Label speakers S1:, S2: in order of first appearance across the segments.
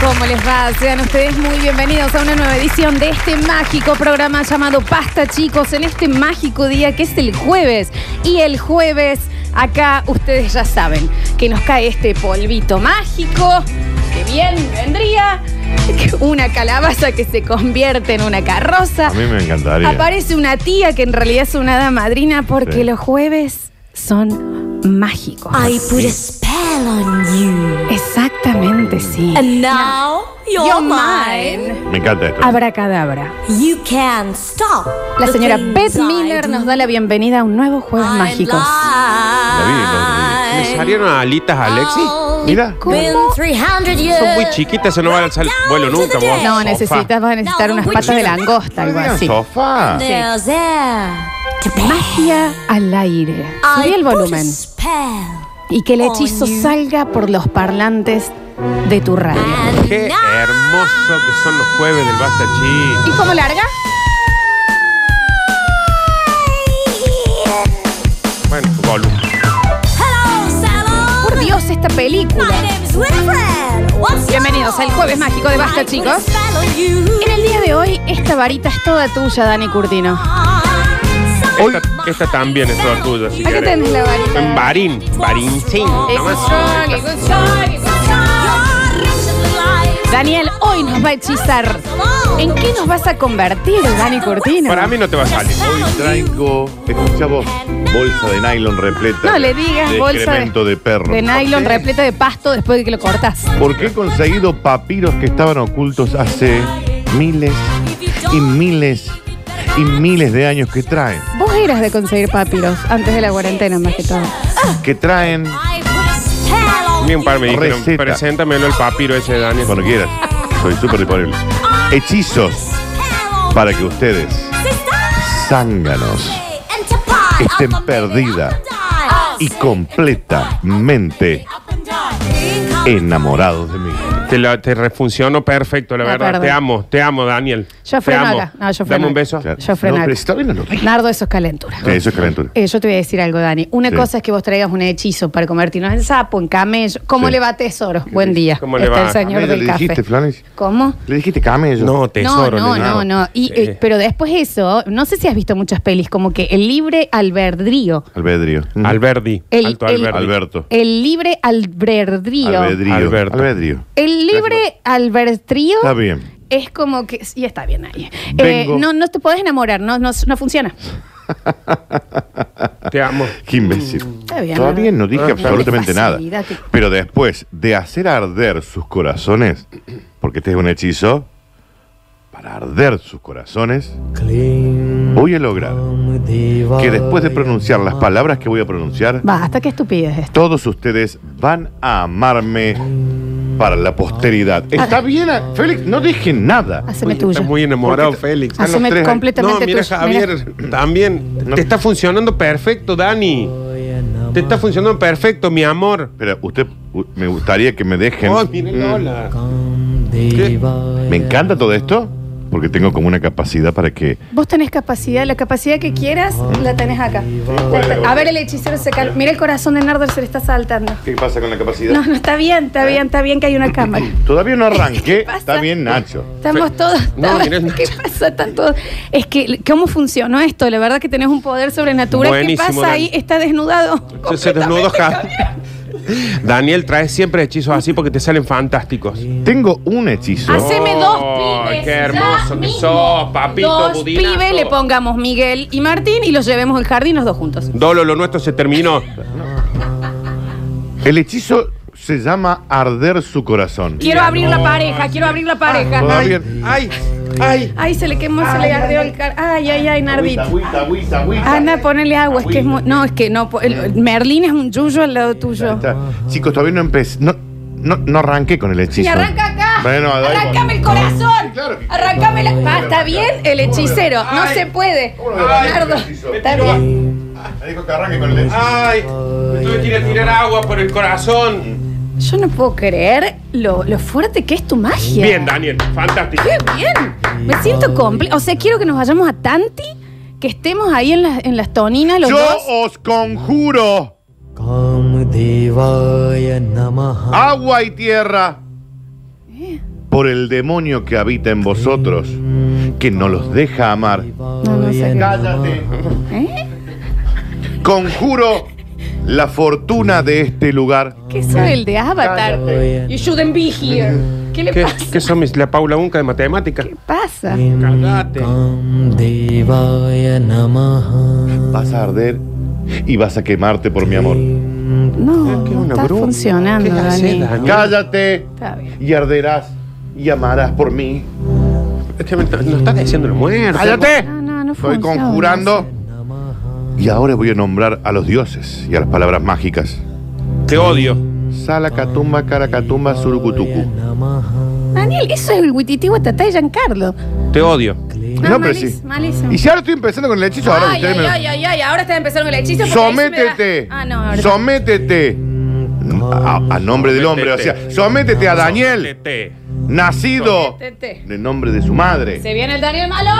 S1: ¿Cómo les va? Sean ustedes muy bienvenidos a una nueva edición de este mágico programa llamado Pasta Chicos en este mágico día que es el jueves. Y el jueves acá ustedes ya saben que nos cae este polvito mágico que bien vendría una calabaza que se convierte en una carroza.
S2: A mí me encantaría.
S1: Aparece una tía que en realidad es una hada madrina porque
S2: Sí.
S1: los jueves son mágicos.
S3: I put a spell on you.
S1: Exactamente, sí.
S3: And now you're, mine.
S2: Me encanta esto.
S1: Abracadabra.
S3: You can't stop.
S1: La
S3: the
S1: señora
S3: things
S1: Beth
S3: I
S1: Miller
S3: do.
S1: nos da la bienvenida a un nuevo Jueves
S3: I'm
S1: Mágicos.
S2: La vi el otro día. ¿Le
S3: lying.
S2: salieron alitas a Alexi? Mira,
S1: ¿Cómo?
S3: Been 300 years.
S2: son muy chiquitas, se no van al sal- vuelo nunca. Vos.
S1: No,
S2: Sofá.
S1: necesitas, vas a necesitar
S3: No,
S1: unas
S3: we
S1: patas de
S3: can't.
S1: langosta,
S2: No
S1: algo
S2: digan
S1: así.
S2: sofá.
S3: There's air to pay.
S1: Magia al aire.
S3: I
S1: Subí el
S3: put a
S1: volumen
S3: spell
S1: y que el hechizo
S3: on you.
S1: salga por los parlantes de tu radio.
S3: and
S2: Qué
S3: now
S2: hermoso que son los jueves del Basta Chico.
S1: ¿Y cómo larga?
S2: Bueno, volumen.
S3: Hello, Salon.
S1: Por Dios, esta película.
S3: My name's Winifred. What's
S1: Bienvenidos al
S3: yours?
S1: Jueves Mágico de Basta,
S3: I put a
S1: chicos.
S3: spell on you.
S1: En el día de hoy, esta varita es toda tuya, Dani Curtino.
S2: Esta, esta también es toda tuya. si
S1: Acá
S2: querés.
S1: tenés la varita.
S2: En Barín, Barinchín. nomás.
S1: Daniel, hoy nos va a hechizar. ¿En qué nos vas a convertir, Dani Curtino?
S2: Para mí no te va a salir.
S4: Hoy traigo, escucha vos, bolsa de nylon repleta.
S1: No le digas
S4: de
S1: bolsa de-
S4: excremento de, perro.
S1: De nylon
S4: ¿Por qué?
S1: repleta de pasto después de que lo cortas.
S4: Porque he conseguido papiros que estaban ocultos hace miles y miles y miles de años que traen.
S1: Vos eras de conseguir papiros antes de la cuarentena, más que todo.
S4: Que traen
S2: A mí un par me dijeron,
S4: Receta.
S2: preséntamelo el papiro ese, Daniel.
S4: cuando quieras. Soy súper disponible. Hechizos para que ustedes, zánganos, estén perdida y completamente enamorados de mí.
S2: Te, la- te refuncionó perfecto, la
S1: No,
S2: verdad.
S1: perdón.
S2: Te amo, te amo, Daniel.
S1: Yo
S2: te
S1: freno
S2: amo.
S1: acá. No, yo freno
S2: Dame un
S1: acá.
S2: beso.
S4: Claro.
S1: Yo freno
S4: No,
S1: acá.
S4: pero está bien a lo rico.
S1: Nardo, eso es calentura.
S4: Sí, eso es calentura.
S1: Eh, yo te voy a decir algo, Dani. Una
S4: Sí.
S1: cosa es que vos traigas un hechizo para convertirnos en sapo, en camello. ¿Cómo
S4: Sí.
S1: le va tesoro? Buen día.
S2: ¿Cómo le
S1: Está
S2: va?
S1: el señor
S4: Camello,
S1: del
S4: le
S1: café.
S4: dijiste, Florencia.
S1: ¿Cómo?
S4: Le dijiste camello.
S2: No, tesoro.
S1: no,
S2: le
S1: no, no,
S2: digo.
S1: no. Y,
S2: Sí.
S1: eh, pero después eso, no sé si has visto muchas pelis, como que el libre albedrío.
S4: Albedrío. Ujú.
S2: Alberdi.
S1: El-
S2: Alto
S1: el-
S2: Alberdi.
S4: Alberto.
S1: El libre albedrío.
S4: Albedrío.
S2: Alberto.
S4: Albedrío.
S1: El libre albedrío.
S4: Está bien.
S1: Es como que. Y está bien ahí. Eh,
S4: Vengo.
S1: no, no te podés enamorar, no, no, no funciona.
S2: Te amo.
S4: Qué imbécil.
S1: bien.
S4: Todavía no dije
S1: Ah,
S4: absolutamente
S1: qué
S4: nada.
S1: facilidad que-
S4: Pero después de hacer arder sus corazones, porque este es un hechizo, para arder sus corazones, voy a lograr que después de pronunciar las palabras que voy a pronunciar,
S1: Basta, qué estupidez esto.
S4: todos ustedes van a amarme para la posteridad.
S1: Ah.
S4: Está bien, a- Félix, no dije nada.
S1: Haceme Este tuyo.
S2: Estás muy enamorado, Félix.
S4: Están los
S1: Haceme
S4: tres ahí.
S1: completamente
S2: No, mira,
S1: tuyo.
S2: Javier, también
S4: No.
S2: te está funcionando perfecto, Dani. Te está funcionando perfecto, mi amor.
S4: Pero usted, u- me gustaría que me dejen.
S2: Oh, mira,
S4: Mm.
S2: Lola. ¿Qué?
S4: Me encanta todo esto porque tengo como una capacidad para que.
S1: Vos tenés capacidad, la capacidad que quieras la tenés acá. A ver, el hechicero se calma. Mira el corazón de Nardo, se le está saltando.
S4: ¿Qué pasa con la capacidad?
S1: No, no, está bien, está bien, está bien que hay una cámara.
S4: Todavía no
S1: ¿Qué
S4: arranqué.
S1: pasa?
S4: Está bien, Nacho.
S1: Estamos todos.
S2: No,
S1: estaba-
S2: mirá.
S1: ¿Qué pasa? Tanto. Es que, ¿cómo funcionó esto? La verdad que tenés un poder sobrenatural. ¿Qué
S2: Buenísimo,
S1: pasa ahí?
S2: Dani.
S1: Está desnudado.
S2: Se- Se desnudó Javier. Daniel, traes siempre hechizos así porque te salen fantásticos.
S4: Tengo un hechizo.
S1: Hace- Haceme dos
S2: Oh,
S1: pibes,
S2: Qué
S1: ya
S2: hermoso que
S1: mismo.
S2: sos, papito
S1: dos
S2: budinazo.
S1: pibes le pongamos Miguel y Martín y los llevemos al jardín los dos juntos.
S2: Dolo, lo nuestro se terminó.
S4: El hechizo se llama Arder su corazón.
S1: Quiero abrir la pareja, quiero abrir la pareja.
S4: Todavía-
S2: Ay, ay.
S1: Ay, se le quemó, se le ardeó el car. Ay, ay, ay, Nardito.
S4: Agüita, agüita, agüita.
S1: Anda, ponele agua, es que es muy- No, es que no. po- el- el Merlín es un yuyo al lado tuyo.
S4: Está. Chicos, todavía no empecé. No, no, no arranqué con el hechizo.
S1: Y arranca acá.
S4: Bueno, dale.
S1: Arrancame el
S4: Sí,
S1: corazón.
S4: claro que-
S1: Arrancame la. Ah, está bien el hechicero. No
S2: Ay.
S1: se puede.
S4: ¿Cómo lo voy a arrancar
S1: Nardo,
S4: el hechizo?
S1: está bien.
S4: Me dijo que arranque con el hechizo.
S1: Ah,
S2: Ay, me tuve que ir a tirar agua por el corazón.
S1: Yo no puedo creer lo, lo fuerte que es tu magia.
S2: Bien, Daniel, fantástico.
S1: Qué bien. Me siento completo. O sea, quiero que nos vayamos a Tanti, que estemos ahí en las, en las toninas los
S4: Yo
S1: dos.
S4: os conjuro
S5: कामदेवाय नमः
S4: agua y tierra por el demonio que habita en vosotros, que no los deja amar.
S1: No, no sé qué.
S4: Cállate.
S1: ¿Eh?
S4: Conjuro la fortuna de este lugar.
S1: ¿Qué soy el de Avatar?
S4: Cállate.
S1: You shouldn't be here. ¿Qué le
S2: ¿Qué,
S1: pasa?
S2: qué son mis, la Paula Unca de matemática?
S1: ¿Qué pasa?
S2: Cállate.
S5: Om Devaya Namaha.
S4: Vas a arder y vas a quemarte por mi amor.
S1: No,
S2: ¿Qué
S1: no
S2: una
S1: está
S2: bruma?
S1: funcionando,
S2: ¿Qué hace,
S1: Dani.
S2: Dani?
S4: Cállate
S1: Está bien.
S4: y arderás y amarás por mí.
S2: Este me- Nos está diciendo el muerto.
S4: ¡Cállate!
S1: No, no, no
S4: Estoy
S1: funciona.
S4: conjurando. Y ahora voy a nombrar a los dioses y a las palabras mágicas.
S2: Te odio.
S4: Salacatumba, Caracatumba, Surucutucu.
S1: Daniel, eso es el Huitití Huatatá y Giancarlo.
S2: Te odio.
S1: No,
S4: No,
S1: malís-
S4: pero sí.
S1: malísimo.
S4: Y si ahora estoy empezando con el hechizo, ahora
S1: Ay,
S4: ustedes
S1: ay,
S4: me...
S1: ay, ay, ay, ahora está empezando con el hechizo. porque ahí sí me da-
S4: Sométete.
S1: Ah, no, ahora.
S4: Sométete. A, a nombre del hombre, o sea, sométete a Daniel,
S2: Te-
S4: nacido
S1: Sométete.
S4: en nombre de su madre.
S1: Se viene el Daniel malo.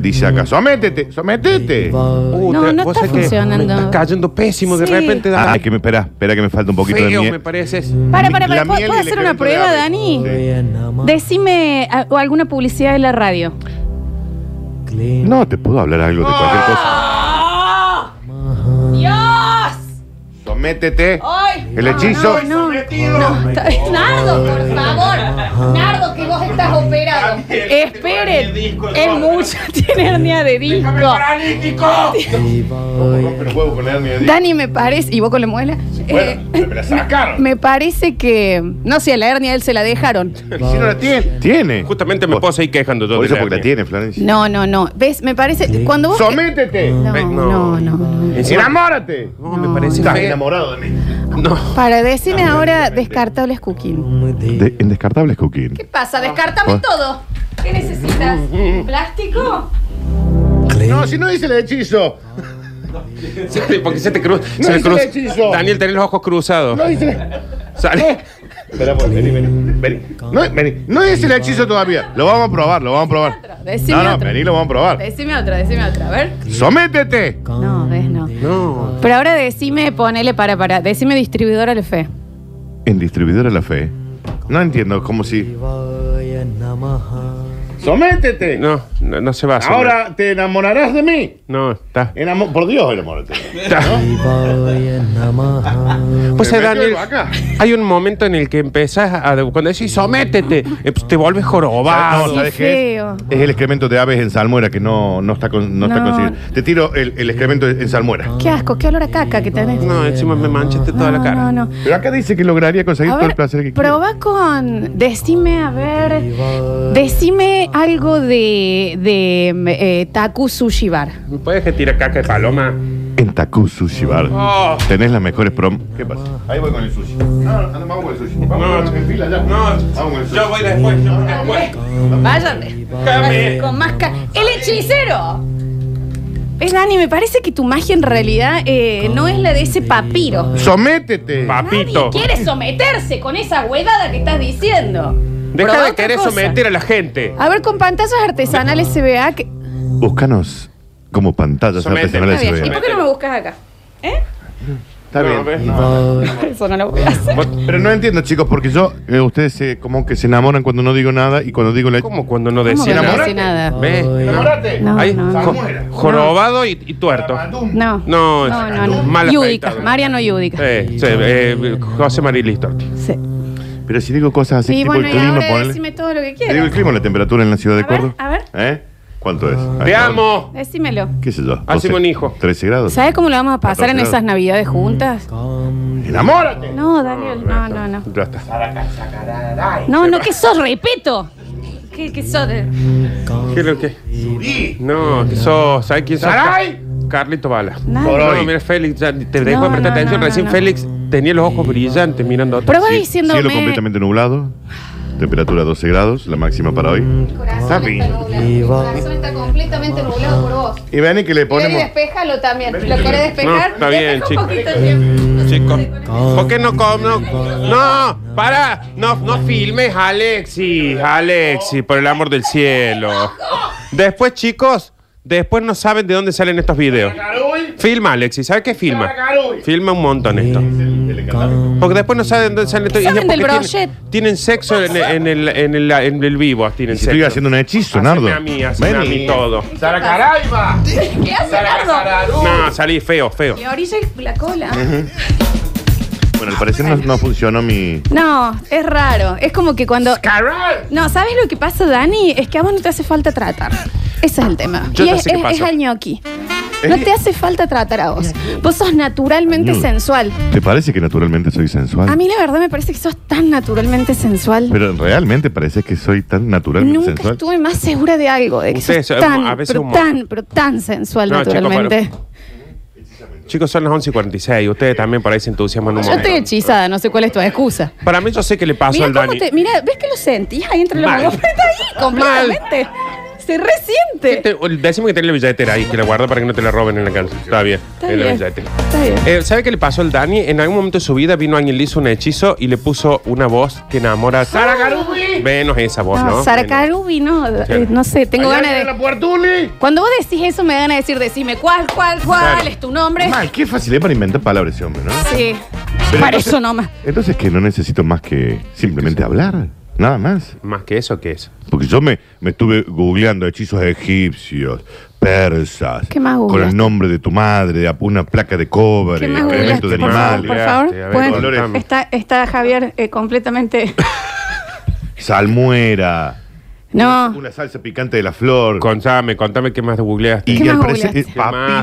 S4: Dice acá, sométete,
S1: Eh.
S4: sométete.
S2: Uh,
S1: No,
S2: te-
S1: no
S2: vos
S1: está
S2: sabés que
S1: funcionando.
S2: Me estás cayendo pésimo de
S1: Sí.
S2: repente,
S4: Ah,
S2: Dani.
S4: que me espera, espera que me falta un poquito de
S2: Feo, me
S4: miel.
S2: pareces.
S1: Para, para, para.
S4: La miel
S1: ¿Puedo,
S4: y
S1: puedo
S4: el
S1: hacer una
S4: excremento de
S1: prueba,
S4: ave.
S1: Dani?
S4: Sí.
S1: Decime ah, o alguna publicidad de la radio.
S4: No, te puedo hablar algo de cualquier
S1: Ah.
S4: cosa.
S1: ¡Dios!
S4: Sométete.
S1: ¡Ay!
S4: El hechizo.
S1: No, no, no, está- Nardo, por favor. Nardo, que vos estás operado. Esperen. Es mucho. Tiene hernia de disco.
S4: Pero puedo poner mi dedito.
S1: Dani, me parece. ¿Y vos con la muela?
S4: Bueno,
S1: Eh,
S4: pero me la sacaron.
S1: me parece que. No sé, la hernia él se la dejaron.
S4: Si no la tiene. Tiene.
S2: Justamente me puedo seguir quejando yo.
S4: Por
S2: de
S4: eso
S2: la
S4: porque la
S2: hernia.
S4: tiene, Florencia.
S1: No, no, no. ¿Ves? Me parece. Cuando vos.
S4: Sométete.
S1: No,
S2: Eh,
S1: no,
S2: no.
S1: no, no.
S2: Encima-
S4: Enamórate.
S2: No, me parece
S4: Estás
S2: feo.
S4: enamorado de mí.
S2: No.
S1: Para decirme ahora descartables cooking.
S4: De- en Descartables Cooking.
S1: ¿Qué pasa? Descartame
S4: Ah.
S1: todo. ¿Qué necesitas? ¿Plástico?
S4: No, si no dice el hechizo.
S2: Sí, porque se te cruza.
S4: No
S2: se me
S4: hice
S2: cruza.
S4: el hechizo.
S2: Daniel, tenés los ojos cruzados.
S4: No dice el...
S2: Sale.
S4: Espera, pues, vení, vení, vení. No, vení. No dice el hechizo todavía. Lo vamos a probar, lo vamos a probar.
S1: Decime
S4: No, no,
S1: otro.
S4: vení, lo vamos a probar.
S1: Decime otra, decime otra. A ver.
S4: Sométete.
S1: No, ves, no.
S2: No.
S1: Pero ahora decime, ponele para, para. Decime distribuidora le fe.
S4: En Distribuidora La Fe. No entiendo, como si...
S5: Devaya Namaha.
S4: ¡Sométete!
S2: No, no, no se va. señor.
S4: Ahora te enamorarás de mí.
S2: No, está.
S4: Enamo- por Dios, enamórate.
S2: está.
S5: Devaya Namaha.
S2: Pues,
S4: Me meto
S2: Daniel,
S4: acá.
S2: hay un momento en el que empezás a. Cuando decís sométete, eh, pues, te vuelves
S4: Ah,
S2: jorobado.
S4: no, ¿sabes
S1: sí,
S4: qué?
S1: feo.
S4: Es el excremento de aves en salmuera que no, no está, con- no está
S1: No.
S4: conseguido. Te tiro el, el excremento en salmuera.
S1: Qué asco, qué olor a caca que tenés.
S2: No, encima me manchaste toda la cara.
S1: Eh, No, no, no.
S4: Pero acá dice que lograría conseguir
S1: A
S4: todo el
S1: ver,
S4: placer que quiera.
S1: probá con. Decime, a ver. Decime algo de. de. mm, eh, Taku Sushi Bar.
S2: ¿Me puedes que tira caca de paloma?
S4: En Taku Sushi Bar.
S2: Oh.
S4: Tenés las mejores prom. ¿Qué pasa? Ahí voy con el sushi. No, no, no, vamos con el sushi. Vamos
S2: Ah, No,
S4: en fila ya. vamos con el sushi.
S2: yo voy después, yo voy después.
S1: Váyanle.
S2: Déjame.
S1: Con más ca- ¡El hechicero! Es Dani, me parece que tu magia en realidad eh, no es la de ese papiro.
S4: ¡Sométete!
S2: Papito.
S1: Nadie quiere someterse con esa huevada que estás diciendo.
S2: Deja
S1: Probá
S2: de
S1: otra
S2: querer
S1: cosa.
S2: someter a la gente.
S1: A ver, con pantallas artesanales se vea que.
S4: Búscanos como pantallas
S2: Sométete.
S4: artesanales.
S1: Está
S4: se
S1: bien. ¿Y
S4: vean.
S1: por qué no me buscas acá? ¿Eh?
S4: Está
S2: No, ¿ves?
S4: bien.
S1: Eso no lo voy a hacer.
S4: Pero no entiendo, chicos, porque yo, eh, ustedes se- como que se enamoran cuando no digo nada y cuando digo la.
S2: ¿Cómo cuando no
S1: ¿Cómo que
S2: decía
S1: no
S2: nada?
S1: decís nada?
S2: ¿Ves?
S4: ¡Enamorate!
S1: No,
S2: Ahí,
S1: no,
S2: jo-
S4: no.
S2: jorobado y, y tuerto.
S1: No.
S2: No,
S1: no, no. no.
S2: mal
S1: Yudica,
S2: afeitado.
S1: Mariano Yudica.
S2: Eh, sí, eh, José Marilisto.
S1: Sí.
S4: Pero si digo cosas así,
S1: Y
S4: tipo
S1: bueno,
S4: el
S1: y
S4: clima,
S1: ahora
S4: ponele.
S1: decime todo lo que
S4: Te digo el
S1: quieras.
S4: clima, la temperatura en la ciudad de
S1: A ver,
S4: Córdoba.
S1: a ver.
S4: ¿Eh? ¿Cuánto es?
S2: ¡Te amo!
S1: Decímelo.
S4: ¿Qué sé yo?
S2: Hacemos
S4: 12,
S2: un hijo.
S4: 13 grados.
S1: ¿Sabes cómo lo vamos a pasar en
S4: Catorce
S1: esas navidades juntas?
S4: ¡Enamórate!
S1: No, Daniel, no, no, no.
S2: Ya está.
S1: No, no, que sos, repeto. Que, que sos. de-
S2: ¿Qué es lo que? No, que sos, ¿sabes quién sos?
S4: ¡Saray!
S2: Carlito Bala.
S1: Nada.
S4: Por
S2: No,
S4: hoy.
S2: mira, Félix, ya te dejo
S1: No,
S2: prestar
S1: no,
S2: atención.
S1: no,
S2: Recién
S1: no, no.
S2: Félix tenía los ojos brillantes mirando a otro.
S1: Prueba diciéndome.
S4: Cielo completamente nublado. Temperatura 12 grados, la máxima para hoy. Está bien.
S5: Mi
S1: corazón está completamente nublado por vos.
S4: Y ven y que le
S1: Querés
S4: ponemos.
S1: despejalo también. ¿Lo querés
S2: No,
S1: despejar?
S2: está bien,
S1: Despeja
S2: chico.
S1: un poquito siempre.
S2: Chicos, ¿por qué no com- no? No, para, no, no filmes, Alexi, Alexi, por el amor del cielo. Después, chicos, Después no saben de dónde salen estos videos. Filma, Alexis. ¿Sabes qué filma? Filma un montón esto. Porque después no saben dónde salen estos
S1: Saben
S2: y es porque
S1: del
S2: tienen,
S1: brochet.
S2: tienen sexo en, en el, en, el, en el vivo. Tienen
S4: Y si estoy
S2: sexo.
S4: haciendo un hechizo,
S2: Haceme
S4: Nardo.
S2: a mí, haceme a mí
S4: Vení.
S2: todo.
S1: ¿Qué hace Nardo?
S2: No, salí feo, feo.
S1: Le orilla la cola.
S4: Bueno, al parecer no, no funcionó mi.
S1: No, es raro. Es como que cuando. No, ¿sabes lo que pasa, Dani? Es que a vos no te hace falta tratar. Ese es el tema.
S2: Yo
S1: y
S2: ya
S1: es,
S2: sé qué
S1: es-
S2: pasó.
S1: es al ñoqui.
S4: Es
S1: No
S4: que-
S1: te hace falta tratar a vos. Vos sos naturalmente
S4: Mm.
S1: sensual.
S4: ¿Te parece que naturalmente soy sensual?
S1: A mí la verdad me parece que sos tan naturalmente sensual.
S4: Pero realmente parece que soy tan naturalmente
S1: Nunca
S4: sensual.
S1: estuve más segura de algo, de que
S2: Ustedes,
S1: sos
S2: eh,
S1: tan,
S2: a veces
S1: pero
S2: un mo-
S1: tan, pero tan sensual
S2: No, chicos,
S1: naturalmente.
S2: Chicos, son las 11 y 46. Ustedes también por ahí se entusiasman un
S1: Yo estoy
S2: montón.
S1: hechizada, no sé cuál es tu excusa.
S2: Para mí, yo sé que le pasó
S1: Mira
S2: al
S1: cómo
S2: Dani.
S1: te, mira, ¿ves que lo sentís ahí entre los
S2: Mal.
S1: dos? Está ahí completamente. Se resiente.
S2: Te- decime que tenés la billetera ahí, que la guardo para que no te la roben en la calle. Está bien.
S1: Está
S2: en la
S1: bien.
S2: billetera.
S1: Está bien.
S2: Eh, ¿Sabe qué le pasó al Dani? En algún momento de su vida vino alguien, le hizo un hechizo y le puso una voz que enamora a Sara Menos esa voz, ¿no?
S1: No,
S2: Menos.
S1: Saracarubi, no, eh, no sé, tengo ganas de. Cuando vos decís eso, me dan a decir, decime cuál, cuál, cuál
S2: Claro.
S1: es tu nombre.
S4: Mal, qué facilidad para inventar palabras ese hombre, ¿no?
S1: Sí.
S4: Pero
S1: Para
S4: entonces-
S1: eso nomás.
S4: Entonces que no necesito más que simplemente hablar, nada más.
S2: Más que eso, ¿qué es?
S4: Porque yo me, me estuve googleando hechizos egipcios, persas,
S1: ¿Qué más
S4: con
S1: googleaste?
S4: el nombre de tu madre, ap- una placa de cobre,
S1: ¿Qué más
S4: excremento
S1: googleaste?
S4: de
S1: Por favor,
S4: animales,
S1: por favor.
S2: Googleaste, a ver,
S1: ¿pueden?
S4: Dolores.
S1: Está, está Javier eh, completamente.
S4: salmuera,
S1: No.
S4: una salsa picante de la flor.
S2: Contame, contame qué más googleaste.
S4: y
S1: ¿Qué
S4: al
S1: más
S4: parecer,
S1: googleaste?
S4: eh,
S2: ¿Qué más?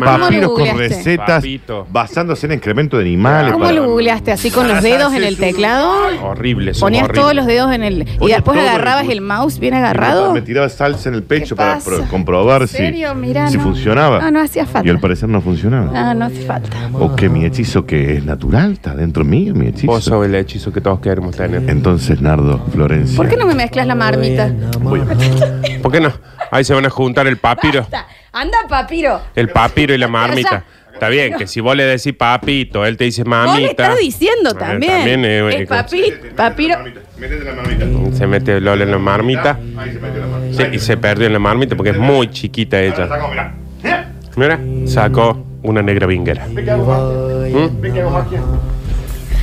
S4: papiros,
S1: más. ¿Cómo lo
S4: papiros con
S1: googleaste?
S4: recetas
S2: Papito.
S4: basándose en excremento de animales.
S1: ¿Cómo
S4: para-
S1: lo googleaste? ¿Así con los dedos en el teclado?
S2: Horrible, son
S1: Ponías
S2: horribles.
S1: todos los dedos en el. Y
S4: Oye,
S1: después
S4: todo
S1: agarrabas
S4: el-
S1: el mouse bien agarrado.
S4: Me tiraba salsa en el pecho
S1: ¿Qué
S4: para
S1: pasa?
S4: pro- comprobar
S1: ¿En
S4: si,
S1: serio? Mirá,
S4: si
S1: no.
S4: funcionaba.
S1: No, no hacía falta. Ah.
S4: Y al parecer no funcionaba.
S1: No, no hace falta.
S4: O que mi hechizo que es natural está dentro mío, mi
S2: Vos
S4: hechizo.
S2: sos el hechizo que todos queremos tener.
S4: Entonces, Nardo, Florencia.
S1: ¿Por qué no me mezclas la marmita?
S4: Voy a-
S2: ¿Por qué no? Ahí se van a juntar el papiro.
S1: Basta. Anda, papiro.
S2: El papiro y la marmita.
S1: Allá.
S2: Está bien, que si vos le decís papito, él te dice mamita.
S1: Vos le estás diciendo
S2: A ver,
S1: también.
S2: también eh, eh,
S1: el papi, papiro.
S4: Métete la marmita.
S2: Se mete Lola en la marmita.
S4: Ahí Mm. se metió la
S2: Sí,
S4: marmita.
S2: y se perdió en la marmita porque es muy chiquita
S4: Ahora
S2: ella.
S4: saco, mirá. ¿Eh?
S2: Mira, sacó una negra vinguera.
S4: ¿Mm?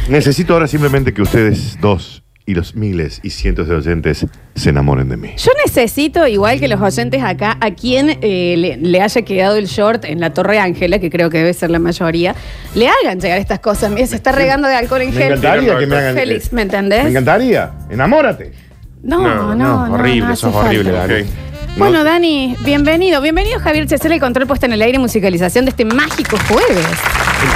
S4: Necesito ahora simplemente que ustedes dos y los miles y cientos de oyentes se enamoren de mí.
S1: Yo necesito, igual que los oyentes acá, a quien eh, le, le haya quedado el short en la Torre Ángela, que creo que debe ser la mayoría, le hagan llegar estas cosas. Mira, se está regando de alcohol en
S4: Me
S1: gel.
S4: encantaría que me hagan-
S1: Félix, ¿me
S4: Me
S1: entendés?
S4: encantaría. Enamórate.
S1: No,
S2: No,
S1: no, no.
S2: no, horrible,
S1: hace
S2: sos
S1: falta.
S2: horrible, Dani.
S4: Ok.
S1: Bueno, Dani, bienvenido. Bienvenido, Javier Chesel, el control puesto en el aire y musicalización de este mágico jueves.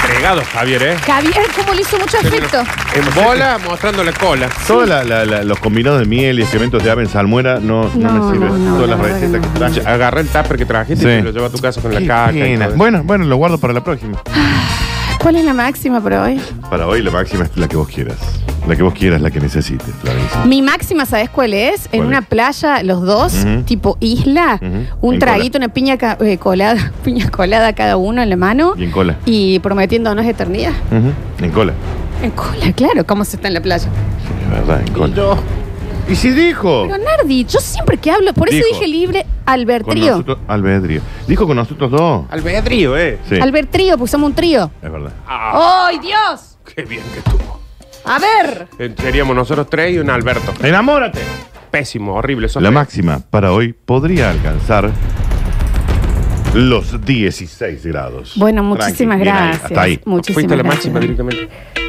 S2: Entregado, Javier, ¿eh?
S1: Javier, ¿cómo le hizo mucho afecto?
S2: En bola, mostrando la cola.
S4: Todos la- la- la- los combinados de miel y excrementos de ave en salmuera no, no,
S1: No,
S4: me sirven.
S1: no, no,
S4: Todas las
S1: la verdad
S4: recetas que traje.
S2: Agarra el tupper que trajiste
S4: Sí.
S2: y te lo lleva a tu casa con la
S4: Qué
S2: caca. y
S4: pena.
S2: todo eso.
S4: Bueno, bueno, lo guardo para la próxima.
S1: ¿Cuál es la máxima para hoy?
S4: Para hoy la máxima es la que vos quieras. La que vos quieras, la que necesites, Florencia.
S1: Mi máxima, ¿sabes cuál es? En
S4: ¿Cuál
S1: una
S4: es?
S1: playa, los dos,
S4: Ujú.
S1: tipo isla,
S4: Ujú.
S1: un
S4: En
S1: traguito, una piña ca- eh, colada, piña colada cada uno en la mano
S4: Y en cola.
S1: y prometiéndonos eternidad.
S4: Ujú, En cola.
S1: En cola, claro, ¿cómo se está en la playa?
S4: Sí, es verdad, en cola. ¿Y si dijo?
S1: Pero Nardi, yo siempre que hablo, por eso
S4: Dijo.
S1: dije libre
S4: Con
S1: albertrío.
S4: nosotros, albedrío. Dijo con nosotros dos.
S2: Albedrío, ¿eh?
S4: Sí, Ah.
S1: Albertrío, pues somos un trío.
S4: es verdad.
S1: ¡Ay, Dios!
S2: Ah, Qué bien que estuvo.
S1: A ver.
S2: Eh, Seríamos nosotros tres y un Alberto.
S4: ¡Enamórate!
S2: Pésimo, horrible. sos
S4: La
S2: feo.
S4: máxima para hoy podría alcanzar los 16 grados.
S1: Bueno, muchísimas
S4: Tranqui, bien ahí,
S1: gracias.
S4: Hasta ahí.
S1: Muchísimas
S2: Fuiste a la
S1: gracias.
S2: máxima directamente.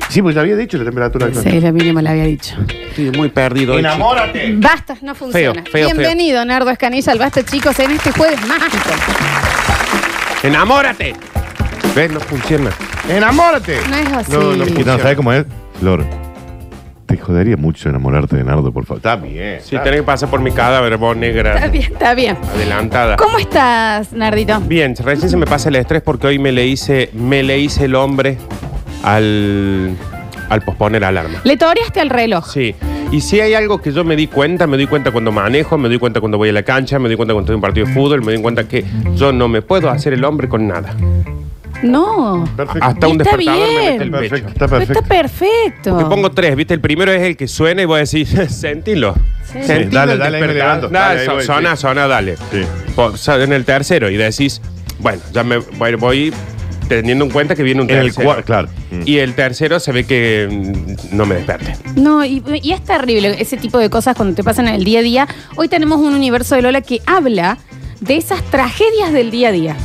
S4: Sí, pues ya había dicho la temperatura del
S1: Sí, la mínima la había dicho.
S2: Estoy muy perdido. hoy, chico.
S4: ¡Enamórate!
S1: Basta, no funciona.
S2: Feo, feo,
S1: Bienvenido, Nardo Escanilla, al Basta, chicos, en este jueves mágico.
S2: ¡Enamórate! ¿Ves? No funciona.
S4: ¡Enamórate!
S1: No es así.
S4: No, no, no, ¿sabes cómo es? Flor, te jodería mucho enamorarte de Nardo, por favor. Está bien.
S2: Si tenés que pasar por mi cadáver, vos
S1: Está
S2: negra.
S1: bien, está bien.
S2: Adelantada.
S1: ¿Cómo estás, Nardito?
S2: Bien, recién se me pasa el estrés porque hoy me le hice, me le hice el hombre al, al posponer alarma.
S1: Le toreaste al reloj.
S2: Sí. Y si hay algo que yo me di cuenta, me doy cuenta cuando manejo, me doy cuenta cuando voy a la cancha, me doy cuenta cuando estoy en un partido de fútbol, me doy cuenta que yo no me puedo hacer el hombre con nada.
S1: No.
S4: Perfecto.
S2: Hasta
S1: Y
S2: un
S1: está
S2: despertador me
S1: bien.
S2: mete el
S4: Perfecto,
S2: pecho.
S4: está perfecto.
S1: Está perfecto.
S2: Te pongo tres, ¿viste? El primero es el que suena y voy a decir, sentilo.
S1: Sí.
S2: Sentilo
S4: Dale,
S2: el
S4: dale, ahí me
S2: despertador.
S4: levanto.
S2: Nah,
S4: Dale, ahí
S2: so-
S4: voy,
S2: sona,
S4: sí.
S2: sona, dale.
S4: Sí.
S2: Po- sale En el tercero y decís, bueno, ya me voy, voy teniendo en cuenta que viene un
S4: En el
S2: tercero.
S4: cuar- claro. Mm.
S2: Y el tercero se ve que mm, no me desperte.
S1: No, y, y es terrible ese tipo de cosas cuando te pasan en el día a día. Hoy tenemos un universo de Lola que habla de esas tragedias del día a día.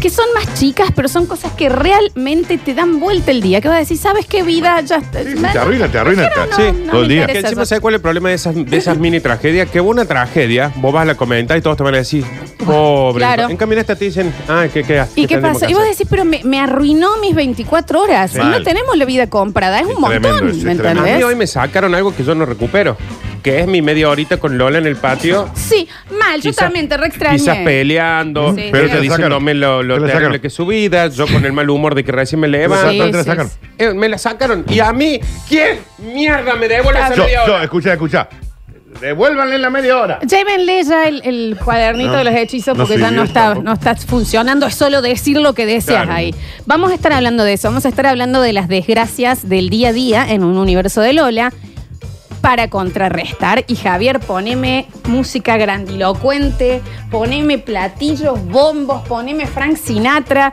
S1: Que son más chicas, pero son cosas que realmente te dan vuelta el día. Que vas a decir, ¿sabes qué vida? Ya está.
S4: Sí, sí, te arruina, te arruina.
S1: Prefiero
S4: te-
S1: no,
S4: sí,
S1: no
S4: todo
S1: me
S4: el día.
S2: Que
S1: interesa.
S2: encima, ¿sabes cuál es el problema de esas, de esas mini tragedias? Que una tragedia, vos vas a la comentar y todos te van a decir, pobre.
S1: Claro.
S2: En cambio, en esta te dicen, ah, ¿qué, qué,
S1: ¿Y qué
S2: tenemos
S1: pasa?
S2: que
S1: Y vos
S2: hacer?
S1: decís, pero me, me arruinó mis 24 horas.
S4: Sí.
S1: Y no
S4: Mal.
S1: tenemos la vida comprada. Es
S4: Sí,
S1: un montón,
S4: tremendo ese,
S1: ¿me
S4: tremendo.
S2: A mí
S1: entendés?
S2: hoy me sacaron algo que yo no recupero, que es mi media horita con Lola en el patio.
S1: Sí, mal. Yo
S2: Quizás-
S1: también te re extrañé.
S2: Quizás peleando,
S1: Sí, sí.
S2: pero
S1: Te
S2: te
S1: la
S2: diciéndome
S4: sacaron.
S2: lo, lo
S4: Te la
S2: terrible
S4: sacaron.
S2: que es su vida, yo con el mal humor de que recién me
S4: Te la
S2: levanto.
S1: Sí,
S4: sacaron, te la
S1: sí,
S4: sacaron.
S1: sí.
S2: Eh, me la sacaron. ¿Y a mí? ¿Quién mierda me devuelve esa
S4: Yo,
S2: media
S4: yo,
S2: hora?
S4: escucha, escucha. Devuélvanle la media hora.
S1: Llévenle ya el, el cuadernito
S4: No,
S1: de los hechizos
S4: no
S1: porque ya
S4: sirvió
S1: no está,
S4: tampoco.
S1: no está funcionando, es solo decir lo que deseas
S4: Claro.
S1: ahí. Vamos a estar hablando de eso, vamos a estar hablando de las desgracias del día a día en un universo de Lola para contrarrestar. Y Javier, poneme música grandilocuente, poneme platillos, bombos, poneme Frank Sinatra,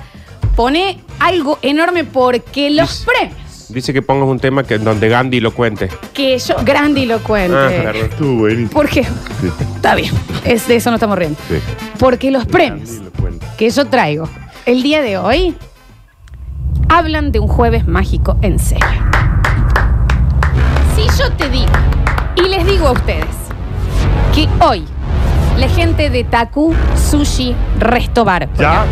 S1: pone algo enorme porque los
S2: Sí.
S1: premios
S2: Dice que pongas un tema que donde Gandhi lo cuente.
S1: que yo
S2: Ah,
S1: grandilocuente.
S2: perdón.
S4: Estuvo buenísimo.
S1: porque está bien, es de eso no estamos riendo.
S4: Sí.
S1: Porque los premios
S4: Ni lo cuento.
S1: que yo traigo el día de hoy hablan de un jueves mágico en serio. Si yo te digo y les digo a ustedes que hoy la gente de Taku Sushi Resto Bar.
S4: ¿Ya?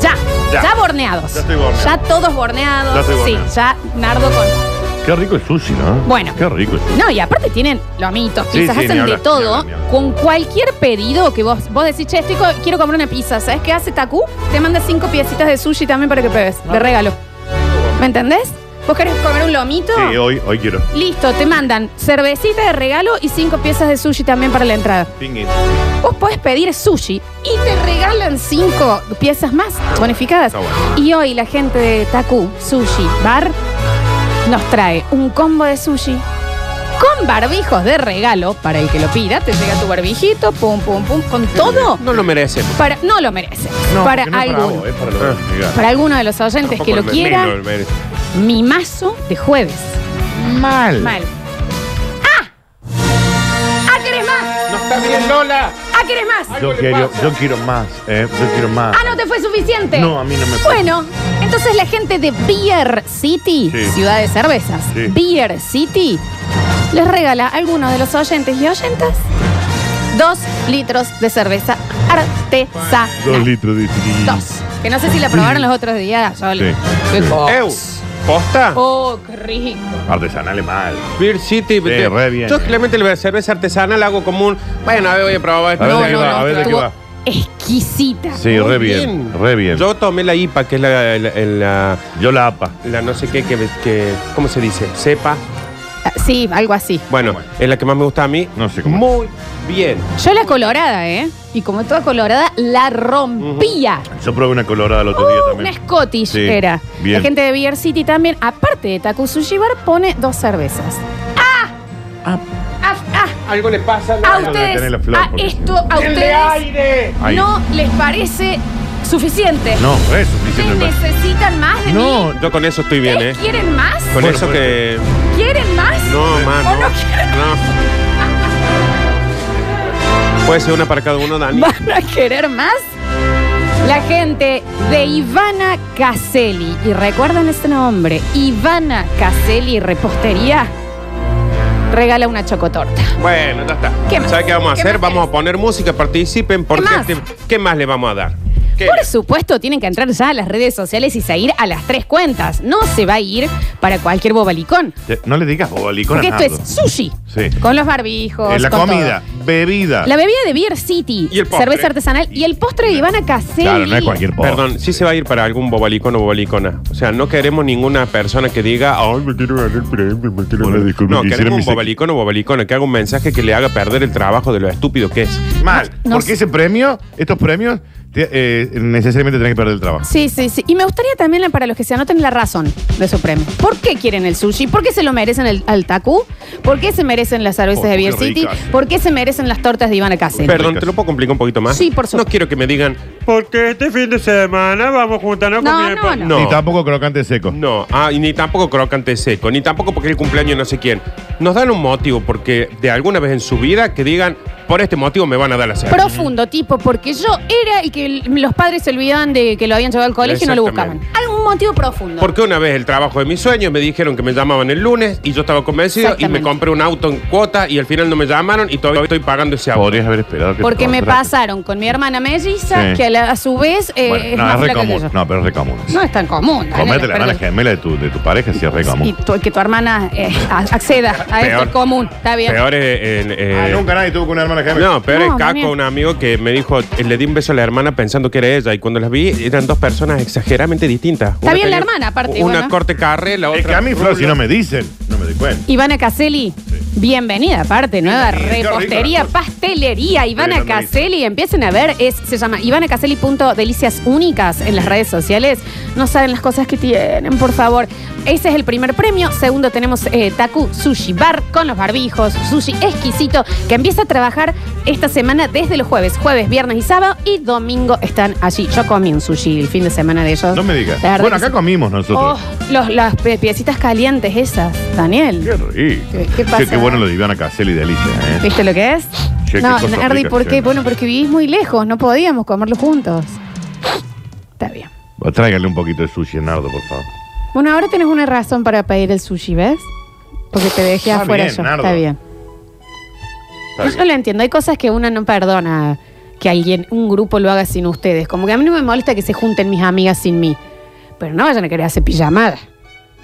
S1: Ya, ya,
S4: Ya.
S1: borneados.
S4: Ya estoy borneado.
S1: Ya todos borneados.
S4: Ya estoy borneado.
S1: Sí, ya Nardo con.
S4: Qué rico el sushi, ¿no?
S1: Bueno.
S4: Qué rico el sushi.
S1: No, y aparte tienen lomitos,
S4: Sí,
S1: pizzas,
S4: sí,
S1: hacen
S4: ni
S1: de
S4: hablar, ni
S1: todo.
S4: hablar, ni hablar.
S1: Con cualquier pedido que vos, vos decís, che, estoy co- quiero comprar una pizza, ¿sabes qué hace Taku? Te manda cinco piecitas de sushi también para que pruebes,
S4: Ah.
S1: de regalo. ¿Me entendés? ¿Vos querés comer un lomito?
S4: Sí, hoy, hoy quiero.
S1: Listo, te mandan cervecita de regalo y cinco piezas de sushi también para la entrada.
S4: Pingui.
S1: Vos podés pedir sushi y te regalan cinco piezas más bonificadas.
S4: Está bueno.
S1: Y hoy la gente de Taku Sushi Bar nos trae un combo de sushi con barbijos de regalo para el que lo pida. Te llega tu barbijito, pum, pum, pum, con todo.
S2: No lo merecemos.
S1: Para, no lo merece.
S4: No,
S1: para
S4: porque no es
S1: alguno.
S4: vos, eh. es para los amigos.
S1: Para alguno de los oyentes
S2: Tampoco
S1: que lo
S2: me-
S1: quiera,
S2: menos lo merece.
S1: mi mazo de jueves.
S4: Mal.
S1: Mal. ¡Ah! ¡Ah, querés más!
S2: No está bien, Lola.
S1: ¡Ah, querés más!
S4: Yo quiero, yo quiero más, ¿eh? Yo quiero más.
S1: Ah, no te fue suficiente.
S4: No, a mí no me fue.
S1: Bueno, entonces la gente de Beer City,
S4: Sí.
S1: ciudad de cervezas,
S4: Sí.
S1: Beer City, les regala a algunos de los oyentes y oyentas dos litros de cerveza artesanal.
S4: Dos litros de chiquilín.
S1: Dos. Que no sé si la probaron los otros días. Yo le-
S4: Sí.
S1: Qué cosa.
S2: Eu, ¿posta?
S1: Oh, qué rico.
S4: Artesanales mal.
S2: Beer City. de-
S4: re bien.
S2: Yo claramente la cerveza artesanal hago común. Bueno, a ver, voy a probar.
S4: A ver
S2: No,
S4: de qué
S2: no,
S4: va,
S2: no,
S4: a ver de qué
S1: estuvo
S4: va.
S1: Exquisita.
S4: Sí,
S2: Muy
S4: re bien, re bien. Yo,
S2: Yo tomé la IPA, que es la, la- la-
S4: la apa.
S2: la no sé qué, que, que- ¿cómo se dice? Cepa.
S1: Ah, Sí, algo así.
S2: Bueno, es la que más me gusta a mí.
S4: No sé cómo
S2: Muy bien.
S1: Yo la colorada, ¿eh? Y como toda colorada, la rompía.
S4: Yo probé una colorada el otro día
S1: Uh, una
S4: también.
S1: Scottish
S4: Sí,
S1: era.
S4: bien.
S1: La gente de Beer City también, aparte de Taku Sushi Bar, pone dos cervezas. ¡Ah! ¡Ah!
S2: Algo le pasa
S1: ¡Ah! A
S4: no,
S1: ustedes,
S4: detener la flor,
S1: a
S4: porque-
S1: esto, a
S2: ¡El de
S1: ustedes
S2: aire!
S4: Ahí.
S1: no les parece suficiente.
S4: No, es
S1: ¿Ustedes
S4: suficiente.
S1: necesitan más de mí?
S2: No, yo con eso estoy bien, ¿eh?
S1: ¿Ustedes quieren más?
S2: Con
S4: Bueno,
S2: eso
S4: bueno.
S2: que.
S1: ¿Quieren más?
S2: No, más.
S1: ¿O
S2: No.
S1: Oh, no quieren?
S2: No. Puede ser una para cada uno, Dani.
S1: ¿Van a querer más? La gente de Ivana Caselli. Y recuerdan este nombre. Ivana Caselli Repostería regala una chocotorta.
S2: Bueno, ya está.
S1: ¿Qué más?
S2: ¿Sabes qué vamos a
S1: ¿Qué
S2: hacer?
S1: más
S2: Vamos
S1: querés?
S2: a poner música, participen. Porque
S1: más?
S2: este- ¿Qué más le vamos a dar? ¿Qué?
S1: Por supuesto, tienen que entrar ya a las redes sociales y seguir a las tres cuentas. No se va a ir para cualquier bobalicón.
S4: Te- Eh, No le digas bobalicón a
S1: Porque esto
S4: Nardo.
S1: es sushi.
S4: Sí.
S1: Con los barbijos.
S4: Eh, la
S1: con
S4: comida,
S1: todo.
S4: bebida.
S1: La bebida de Beer City.
S2: Y el postre.
S1: cerveza artesanal. Y el postre de Ivana Caselli.
S4: Claro, no es cualquier postre.
S2: Perdón, sí se va a ir para algún bobalicón o bobalicona. O sea, no queremos ninguna persona que diga, ay, me quiero ganar el premio, me quiero
S4: Bueno,
S2: ganar".
S4: disculpe,
S2: No,
S4: quisiera
S2: queremos
S4: mi
S2: un
S4: sec-
S2: bobalicón o bobalicona que haga un mensaje que le haga perder el trabajo de lo estúpido que es.
S4: Mal.
S1: No
S4: porque
S1: sé.
S4: ese premio, estos premios, te- eh, necesariamente tenés que perder el trabajo.
S1: Sí, sí, sí. Y me gustaría también para los que se anoten la razón de su premio. ¿Por qué quieren el sushi? ¿Por qué se lo merecen el, al taku? ¿Por qué se merecen las cervezas
S4: Oh,
S1: de
S4: qué
S1: Beer City?
S4: ricas.
S1: ¿Por qué se merecen las tortas de Ivana Cáceres?
S2: Perdón, ¿te lo puedo complicar un poquito más?
S1: Sí, por supuesto.
S2: No quiero que me digan, porque este fin de semana vamos juntarnos
S1: No,
S2: con mi
S1: no,
S2: esp-".
S1: no.
S4: Ni tampoco crocante seco.
S2: No, ah, y ni tampoco crocante seco, ni tampoco porque el cumpleaños no sé quién. Nos dan un motivo porque de alguna vez en su vida que digan, por este motivo me van a dar la cerveza.
S1: Profundo, tipo, porque yo era el que l- los padres se olvidaban de que lo habían llevado al colegio y no lo buscaban.
S2: Exactamente.
S1: Algún motivo profundo.
S2: Porque una vez el trabajo de mis sueños me dijeron que me llamaban el lunes y yo estaba convencido y
S1: Exactamente.
S2: me compré un auto en cuota y al final no me llamaron y todavía estoy pagando ese auto.
S4: Podrías haber esperado que
S1: Porque
S4: te
S1: me
S4: contraten.
S1: pasaron con mi hermana melliza,
S4: Sí.
S1: que a, la- a su vez eh,
S4: Bueno,
S1: es
S4: no,
S1: más
S4: es re
S1: flaca que
S4: común.
S1: yo.
S4: No, pero es re común.
S1: No Ah, es tan común. Daniel,
S4: Comerte la
S1: espera
S4: hermana
S1: que-
S4: gemela de tu, de tu pareja sí es re común.
S1: Y tu- que tu hermana eh, a- acceda a esto
S2: Peor.
S1: es común, está bien.
S2: Peor es. eh, eh,
S4: Ah, nunca nadie tuvo con una hermana gemela.
S2: No, peor
S1: No,
S2: es Caco,
S1: Daniel.
S2: un amigo que me dijo, eh, le di un beso a la hermana pensando que era ella y cuando las vi eran dos personas exageradamente distintas. Está
S1: bien la hermana, aparte,
S2: Una
S1: bueno.
S2: corte carré, la otra...
S4: Es que a mí, Flor, si no me dicen, no me doy cuenta.
S1: Ivana Caselli, bienvenida aparte, nueva
S4: Bienvenida,
S1: repostería,
S4: qué rico.
S1: pastelería. Ivana
S4: Qué grande.
S1: Caselli, empiecen a ver, es, se llama ivanacaselli.delicias únicas en las redes sociales. No saben las cosas que tienen, por favor. Ese es el primer premio. Segundo tenemos eh, Taku Sushi Bar con los barbijos, sushi exquisito, que empieza a trabajar esta semana desde los jueves, jueves, viernes y sábado y domingo están allí. Yo comí un sushi el fin de semana de ellos.
S4: No me digas.
S1: La verdad
S4: Bueno,
S1: que
S4: acá
S1: sí.
S4: comimos nosotros.
S1: Oh, los- las pie- piecitas calientes esas, Daniel.
S4: Qué rico.
S1: ¿Qué- Oh. qué pasa?
S4: Che, qué bueno lo de Ivana Caselli y de Alicia, ¿eh?
S1: ¿Viste lo que es?
S4: Che, qué
S1: no,
S4: cosa
S1: Nardi,
S4: rica
S1: ¿por
S4: que
S1: qué?
S4: es.
S1: Bueno, porque vivís muy lejos, no podíamos comerlo juntos. Está bien.
S4: Vos Tráigale un poquito de sushi, Nardo, por favor.
S1: Bueno, ahora tenés una razón para pedir el sushi, ¿ves? Porque te dejé
S4: Está
S1: afuera
S4: bien,
S1: yo.
S4: Nardo.
S1: Está bien.
S4: Está
S1: No,
S4: bien.
S1: yo lo entiendo. Hay cosas que uno no perdona que alguien, un grupo lo haga sin ustedes. Como que a mí no me molesta que se junten mis amigas sin mí. Pero no vayan a querer hacer pijamada.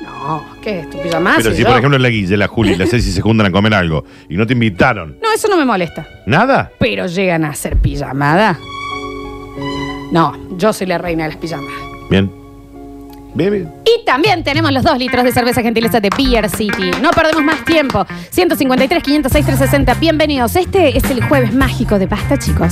S1: No, ¿qué es esto? ¿Pijamada?
S4: Pero
S1: Soy
S4: si,
S1: yo.
S4: por ejemplo, la Guille, la Juli, la Ceci se juntan a comer algo y no te invitaron,
S1: No, eso no me molesta.
S4: ¿nada?
S1: Pero llegan a hacer pijamada. No, yo soy la reina de las pijamadas.
S4: Bien. Bien, bien.
S1: Y también tenemos los dos litros de cerveza gentileza de Beer City. No perdemos más tiempo. 153, 506, 360. Bienvenidos. Este es el jueves mágico de pasta, chicos.